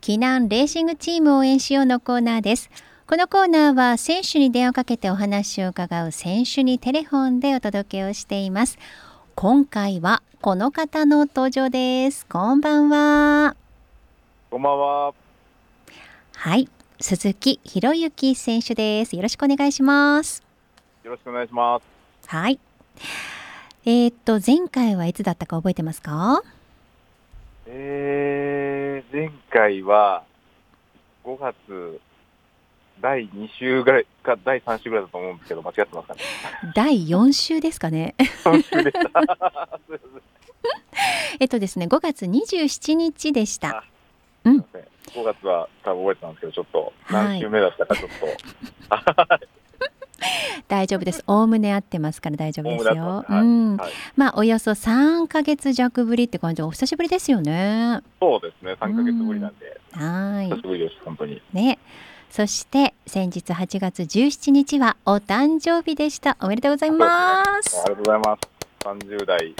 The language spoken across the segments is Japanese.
避難レーシングチーム応援しようのコーナーですこのコーナーは選手に電話をかけてお話を伺う選手にテレフォンでお届けをしています今回はこの方の登場ですこんばんはこんばんは。はい鈴木博之選手ですよろしくお願いしますよろしくお願いします。はいえーっと前回はいつだったか覚えてますかえー、前回は5月第2週ぐらいか第3週ぐらいだと思うんですけど間違ってますかね。第4週ですかね3週でした。すい えっとですね5月27日でしたません。5月は多分覚えてたんですけどちょっと何週目だったかちょっと、大丈夫です。おおむね合ってますから大丈夫ですおおむね合よっ。てうますん、はいまあおよそ3ヶ月弱ぶりって感じ、お久しぶりですよね。そうですね3ヶ月ぶりなんでは久しぶりです本当に。い。ね。そして先日8月17日はお誕生日でした。おめでとうございます。ありがとうございます。30代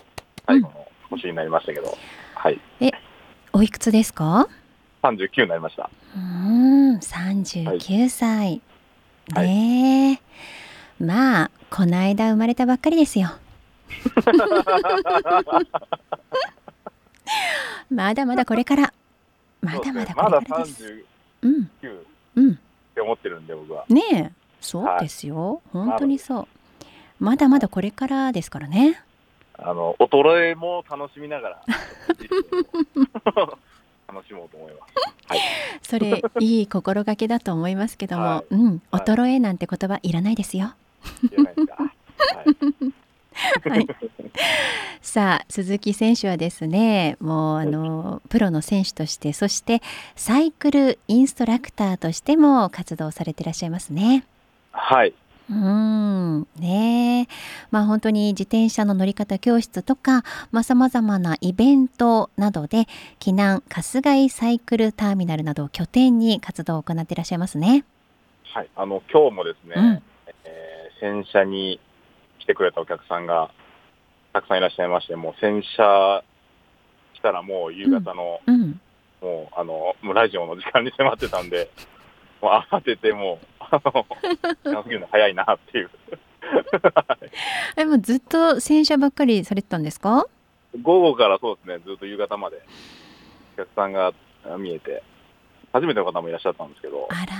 最後の年になりましたけど、はいおいくつですか？ 39になりました。うーん、39歳。はいねえ。まあこの間生まれたばっかりですよ。 まだまだこれから。まだまだこまれかだらです。 39っうん。うん、て思ってるんで僕は。ねえそうはいですよ、本当にそうまだまだこれからですからねあの衰えも楽しみな がら楽しもうと思います。そ れいい心がけだと思いますけども、はいうんはい衰えなんて言葉いらないですよ、いいじゃないですか。はいはい、さあ鈴木選手はですねもうあのプロの選手としてそしてサイクルインストラクターとしても活動されていらっしゃいますね。はい、うんねえまあ、本当に自転車の乗り方教室とかさまざ、まなイベントなどで避難春日井サイクルターミナルなどを拠点に活動を行っていらっしゃいますね。はい、あの今日もですね、うんえー洗車に来てくれたお客さんがたくさんいらっしゃいまして、もう洗車したらもう夕方の、うん、もうあのもうラジオの時間に迫ってたんで、もう慌ててもうあ の時間過ぎるの早いなっていう。えもうずっと洗車ばっかりされてたんですか午後からそうですね、ずっと夕方までお客さんがあ見えて、初めての方もいらっしゃったんですけど、あら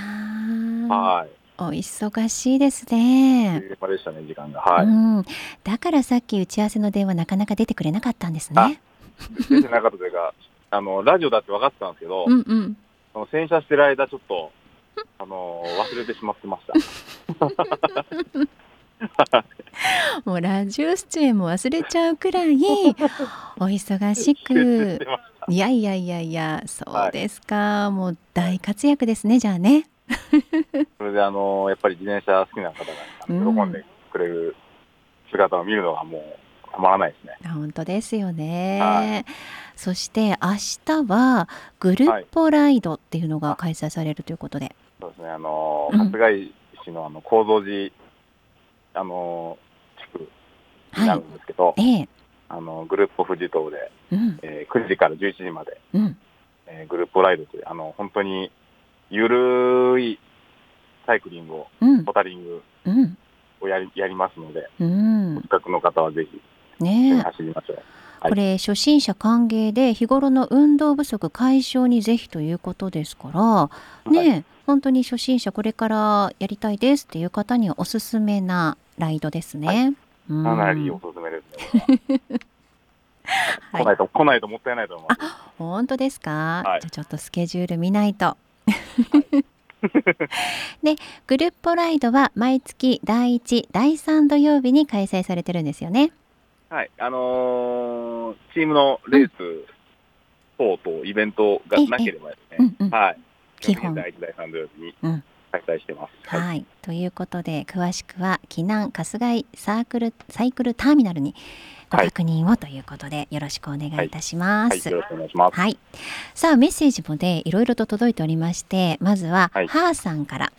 はい、お忙しいですね、昼間でしたね、時間が。はうい。ん、だからさっき打ち合わせの電話なかなか出てくれなかったんですね。出てなかったというか、あの、ラジオだって分かってたんですけど、うんうん、その洗車してる間、ちょっと、あの、忘れてしまってました。もうラジオ出演も忘れちゃうくら いお忙し忘れくてましいやいやいやいや、そうはいですか、もう大活躍ですね、じゃあね。たそれで、あの、やっぱり自転車好きな方があうのん喜んでくれる姿を見るのがもう、たまらないですね。本当ですよはね。そして明日はグルッポライドっていうのが開催されるということで。そうですね、あの、うん春日井市の、あの、構造寺、あの、地区になはるんですけど、い。ええ、あのグループ富士島で、うん、えー9時から11時まで、うん、えーグループライドというあの本当にゆるいサイクリングをうん、ポタリングうん、をやりやりますのでうん、近くの方はぜひ一緒にねえ。走りましょう、はいこれ初心者歓迎で日頃の運動不足解消にぜひということですから、ねえ、本当に初心者これからやりたいですっていう方にはおすすめなライドですね。はうんかなりおすすめですね、こはいれは来ないと来ないともったいないと思います本当ですか、はいじゃあちょっとスケジュール見ないと。 でグルッポライドは毎月第1第3土曜日に開催されてるんですよね。はいあのーチームのレース等々イベントがなければですうねん、うん、はい基本第1第3土曜日にうん開催してます、はいはいということで詳しくは避難春日井サークルサイクルターミナルにご確認をということで、よろしくお願いいたしまはい、す。よろしくお願いしますはい。さあメッセージもねいろいろと届いておりまして、まずは、はいハーさんから。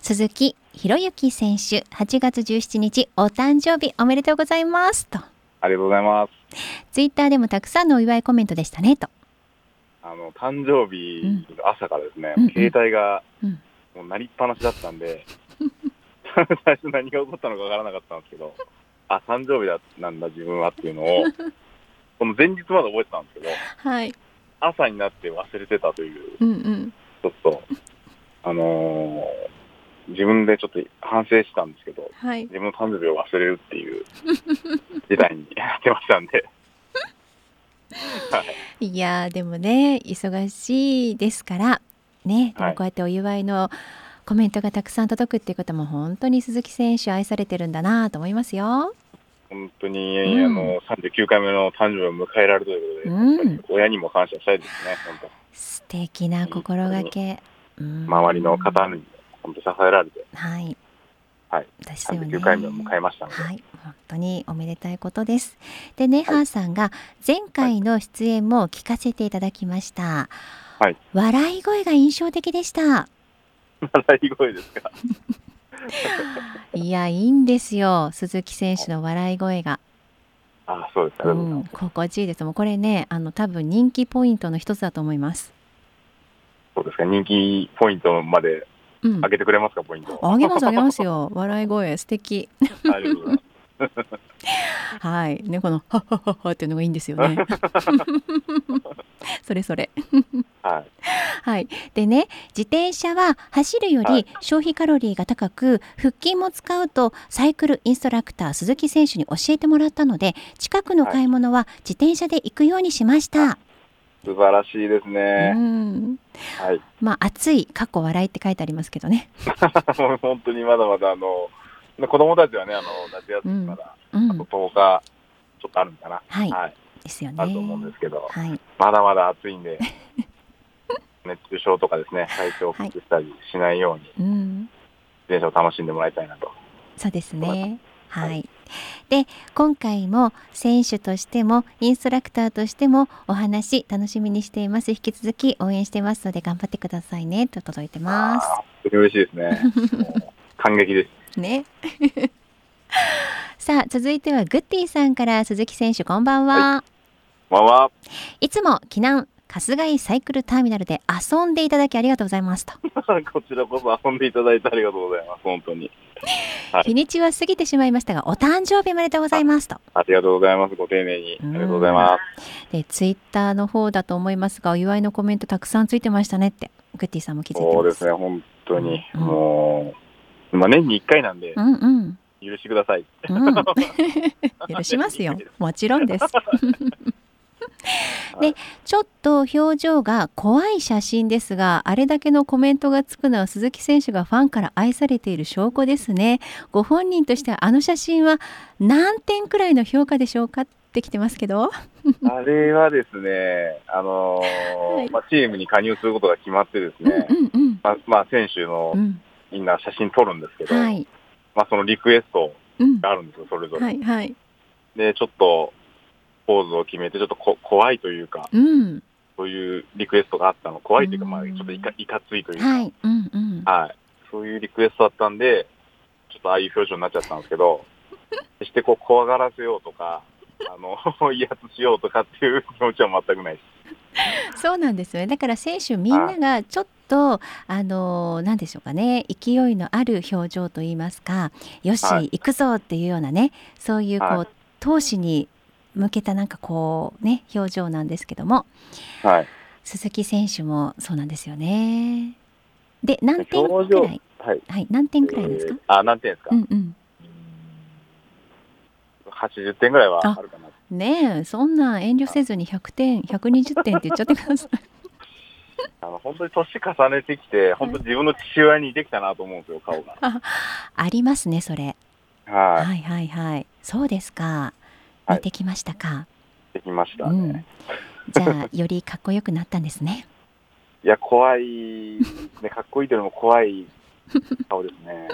鈴木博之選手、8月17日お誕生日おめでとうございますと。ありがとうございますツイッターでもたくさんのお祝いコメントでしたねと。あの誕生日の朝からですね、うんうん携帯がうんもう鳴りっぱなしだったんで、 最初何が起こったのかわからなかったんですけど、あ、誕生日だなんだ自分はっていうのを、この前日まで覚えてたんですけど、はい。朝になって忘れてたという、うんうん。ちょっと、あのー自分でちょっと反省したんですけど、はい。自分の誕生日を忘れるっていう事態になってましたんで、いやーでもね忙しいですからねでもはいこうやってお祝いのコメントがたくさん届くっていうことも本当に鈴木選手愛されてるんだなと思いますよ。本当に、うんあの39回目の誕生日を迎えられるということで、うんやっぱり親にも感謝したいですね、本素敵な心がけ。うん当周りの方に本当支えられて、はい。はい。ですよね。 39回目を迎えましたので、はい、本当におめでたいことです。で、ネハーさんが前回の出演も聞かせていただきました。はい笑い声が印象的でした。笑い声ですか、いや、いいんですよ。鈴木選手の笑い声が。あそうですか、うん、心地いいです。もうこれね、あの多分人気ポイントの一つだと思います。そうですか、人気ポイントまでうん上。げてくれますか、ポ イント。あげますあげますよ。笑い声素敵。ありがとうございますはい。ねこのハッハッハッハっていうのがいいんですよね。 それそれ。はい、はい、でね自転車は走るよはいり消費カロリーが高く、腹筋も使うとサイクルインストラクター鈴木選手に教えてもらったので近くの買い物は自転車で行くようにしました、素晴らしいですねう。んはい、 まあ暑い過去笑いって書いてありますけどね、もう本当にまだまだあの子供たちはね、あの夏休みまだ、うんあと、10日ちょっとあるんかな、はいはい、ですよねあると思うんですけど、はい、まだまだ暑いんで、 熱中症とかですね、体調を崩したりしないよううに、ん、自転車を楽しんでもらいたいなと。そうですねははいいで今回も選手としてもインストラクターとしてもお話楽しみにしています引き続き応援してますので頑張ってくださいねと届いてまあー本当に嬉しいですね。もう 感激です。すね さあ続いてはグッディさんから鈴木選手こんばんは、、こんばんはいつも避難春日井サイクルターミナルで遊んでいただきありがとうございますと こちらこそ遊んでいただいてありがとうございます。本当に。はい日にちは過ぎてしまいましたがお誕生日おめでとうございますとありがとうございます。ご丁寧に。あうんりがとうございまでツイッターの方だと思いますがお祝いのコメントたくさんついてましたねってグッディさんも気す。づいてそまうですすね、本当に。うんもう、まあ、年に1回なんでう、んうん許してください。 うん許しますよもちろんですでちょっと表情が怖い写真ですがあれだけのコメントがつくのは鈴木選手がファンから愛されている証拠ですねご本人としてはあの写真は何点くらいの評価でしょうかってきてますけどあれはですね、あのーはいまあ、チームに加入することが決まってですうんね、うんまあ、まあ、選手のうんみんな写真撮るんですけうど、んはいまあ、そのリクエストうんがあるんですよ、それぞれ。はいはいで、ちょっとポーズを決めて、ちょっとこ怖いというか、うんそういうリクエストがあったの、怖いというか、うんまあ、ちょっといかいかついというか、はいうんうんはいそういうリクエストだったんで、ちょっとああいう表情になっちゃったんです けど、決してこう怖がらせようとか、あの 威圧しようとかっていう気持ちは全くないです。そうなんですよね。だから選手みんながちょっとあの何でしょうかね、勢いのある表情といいますか、よし、はい行くぞっていうようなね、そういうこう、はい闘志に向けたなんかこうね表情なんですけども、はい、鈴木選手もそうなんですよね。で何点くらい？はいはい、何点くらいですか？えーあ、何点ですか、うんうん。 ?80 点ぐらいはあるかな。ねえ、そんなん遠慮せずに100点、120点って言っちゃってください。 あの本当に年重ねてきて、本当自分の父親に似てきたなと思うんですよ、顔が。ありますね、それ。はい、はいはいはい。そうですか。はい似てきましたか。できましたうね。ん。じゃあよりかっこよくなったんですね。いや、怖い、ね、かっこいいというよりも怖い顔ですね。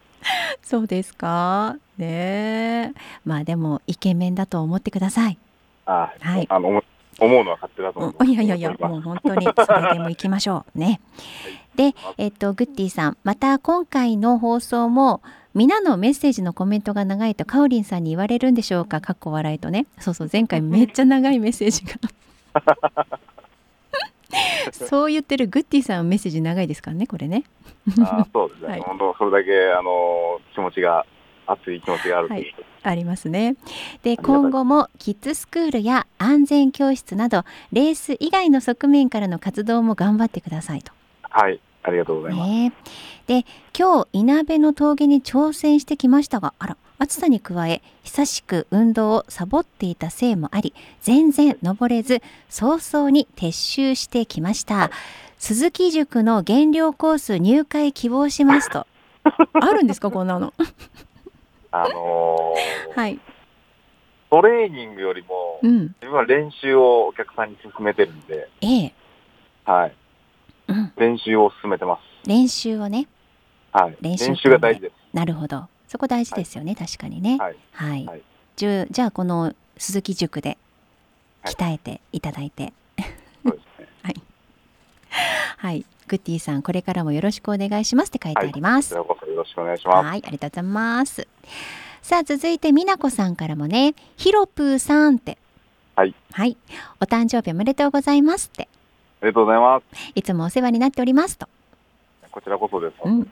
そうですか。ねえ。まあでもイケメンだと思ってください。あはいあの思思うのは勝手だと思お う。いやいやいや、もう本当にそれでも行きましょう ね。で、えっとグッディさん、また今回の放送も皆のメッセージのコメントが長いとカオリンさんに言われるんでしょうか。かっこ笑いとね。そうそう前回めっちゃ長いメッセージが。 そう言ってるグッディさんメッセージ長いですからねこれね。あーそうですね、はい本当それだけあの気持ちが熱い気持ちがあるということでありますね。でがたい今後もキッズスクールや安全教室などレース以外の側面からの活動も頑張ってくださいと。はい、ありがとうございます。ねで今日いなべの峠に挑戦してきましたがあら暑さに加え久しく運動をサボっていたせいもあり全然登れず早々に撤収してきました鈴木塾の減量コース入会希望します とあるんですかこんなのあのーはいトレーニングよりもう、ん自分は練習をお客さんに勧めてるんで、ええはい、うん練習を勧めてます。練習をねはい、練練習習が大事です。なるほどそこ大事ですよね、確かにねはい、はい、はいじゅじゃあこの鈴木塾ではい鍛えていただいて そうですね。はい、グッディさんこれからもよろしくお願いしますって書いてありまこす。ちらこそよろしくお願いしはい、ます。ありがとうございます。さあ続いて美奈子さんからもね、ヒロプーさんって、はい、はい、お誕生日おめでとうございますって、ありがとうございまいつもお世話になっておりますと。す。こちらこそです。うん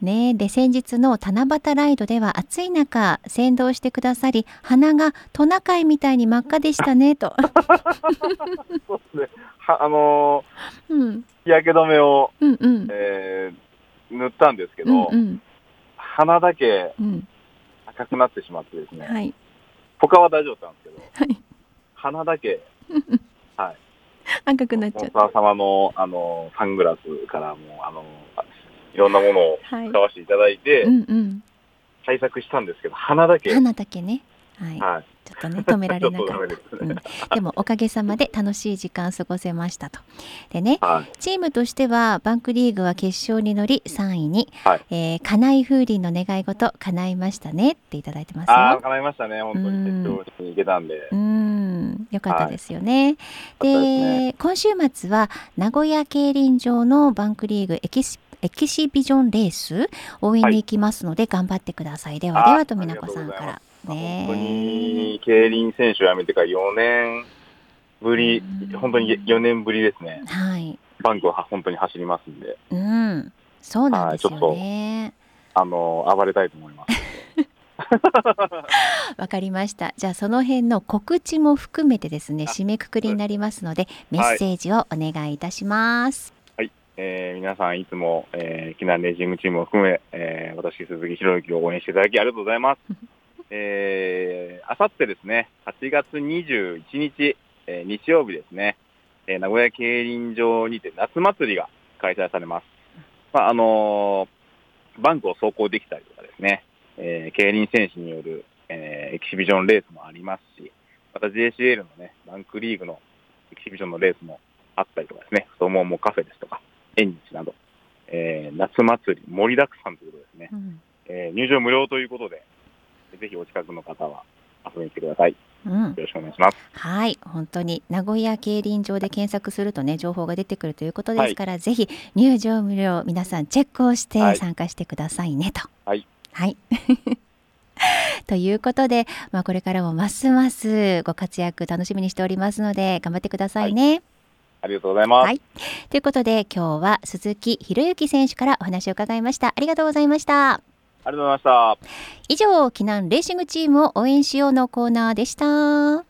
ねえで先日の七夕ライドでは暑い中先導してくださり鼻がトナカイみたいに真っ赤でしたね と、そうですね。はあのうん、ー日焼け止めを、うんうんえー塗ったんですけうど、んうん鼻だけうん赤くなってしまってですね、はい他は大丈夫だったんですけど、はい鼻 だけ赤くなっスちポゃンっサたー様のあのサングラスからもあのいろんなものをはい使わせていただいて、うんうん対策したんですけど、鼻だけ、はい、花だけね、はい、ちょっとね止めら ちょれっなとかダっメですた。うね。ん、でもおかげさまで楽しい時間過ごせましたと。でね、はい、チームとしてはバンクリーグは決勝に乗り3位に、はいえー金井風鈴の願い事叶いましたねっていただいてますああ、よ。叶いましたね、本当にうん決勝に行けたんでう、ん、よかったですよね。はいよかったですで、今週末は名古屋競輪場のバンクリーグエキシエキシビジョンレース応援に行きますので頑張ってください。ではではと美奈子さんから。ね本当に競輪選手を辞めてから4年ぶりうん、本当に4年ぶりですね、はい。バンクをは本当に走りますんで、うん、そうなんですよね。あの暴れたいと思います。わかりました。じゃあその辺の告知も含めてですね、あ締めくくりになりますので、メはいッセージをお願いいたします。えー皆さんいつも、えー、沖縄レジングチームを含め、えー私、鈴木宏之を応援していただきありがとうございます。 えー、あさってですね、8月21日、えー日曜日ですね、えー名古屋競輪場にて夏祭りが開催されます。まあ、あのーバンクを走行できたりとかですね、えー競輪選手による、えーエキシビジョンレースもありますし、また JCL のね、バンクリーグのエキシビジョンのレースもあったりとかですね、太ももカフェですとか、縁日など、えー夏祭り盛りだくさんということですね、うん、えー入場無料ということで、ぜひお近くの方は遊びに来てください。ようん、ろしくお願いします。はい、本当に名古屋競輪場で検索するとね、情報が出てくるということですから、ぜひ入場無料皆さんチェックをしてはい参加してくださいねと。はい、はい。 ということで、まあこれからもますますご活躍楽しみにしておりますので、頑張ってくださいね。ありがとうございます。はいということで今日は鈴木博之選手からお話を伺いましたありがとうございましたありがとうございました。以上避難レーシングチームを応援しようのコーナーでした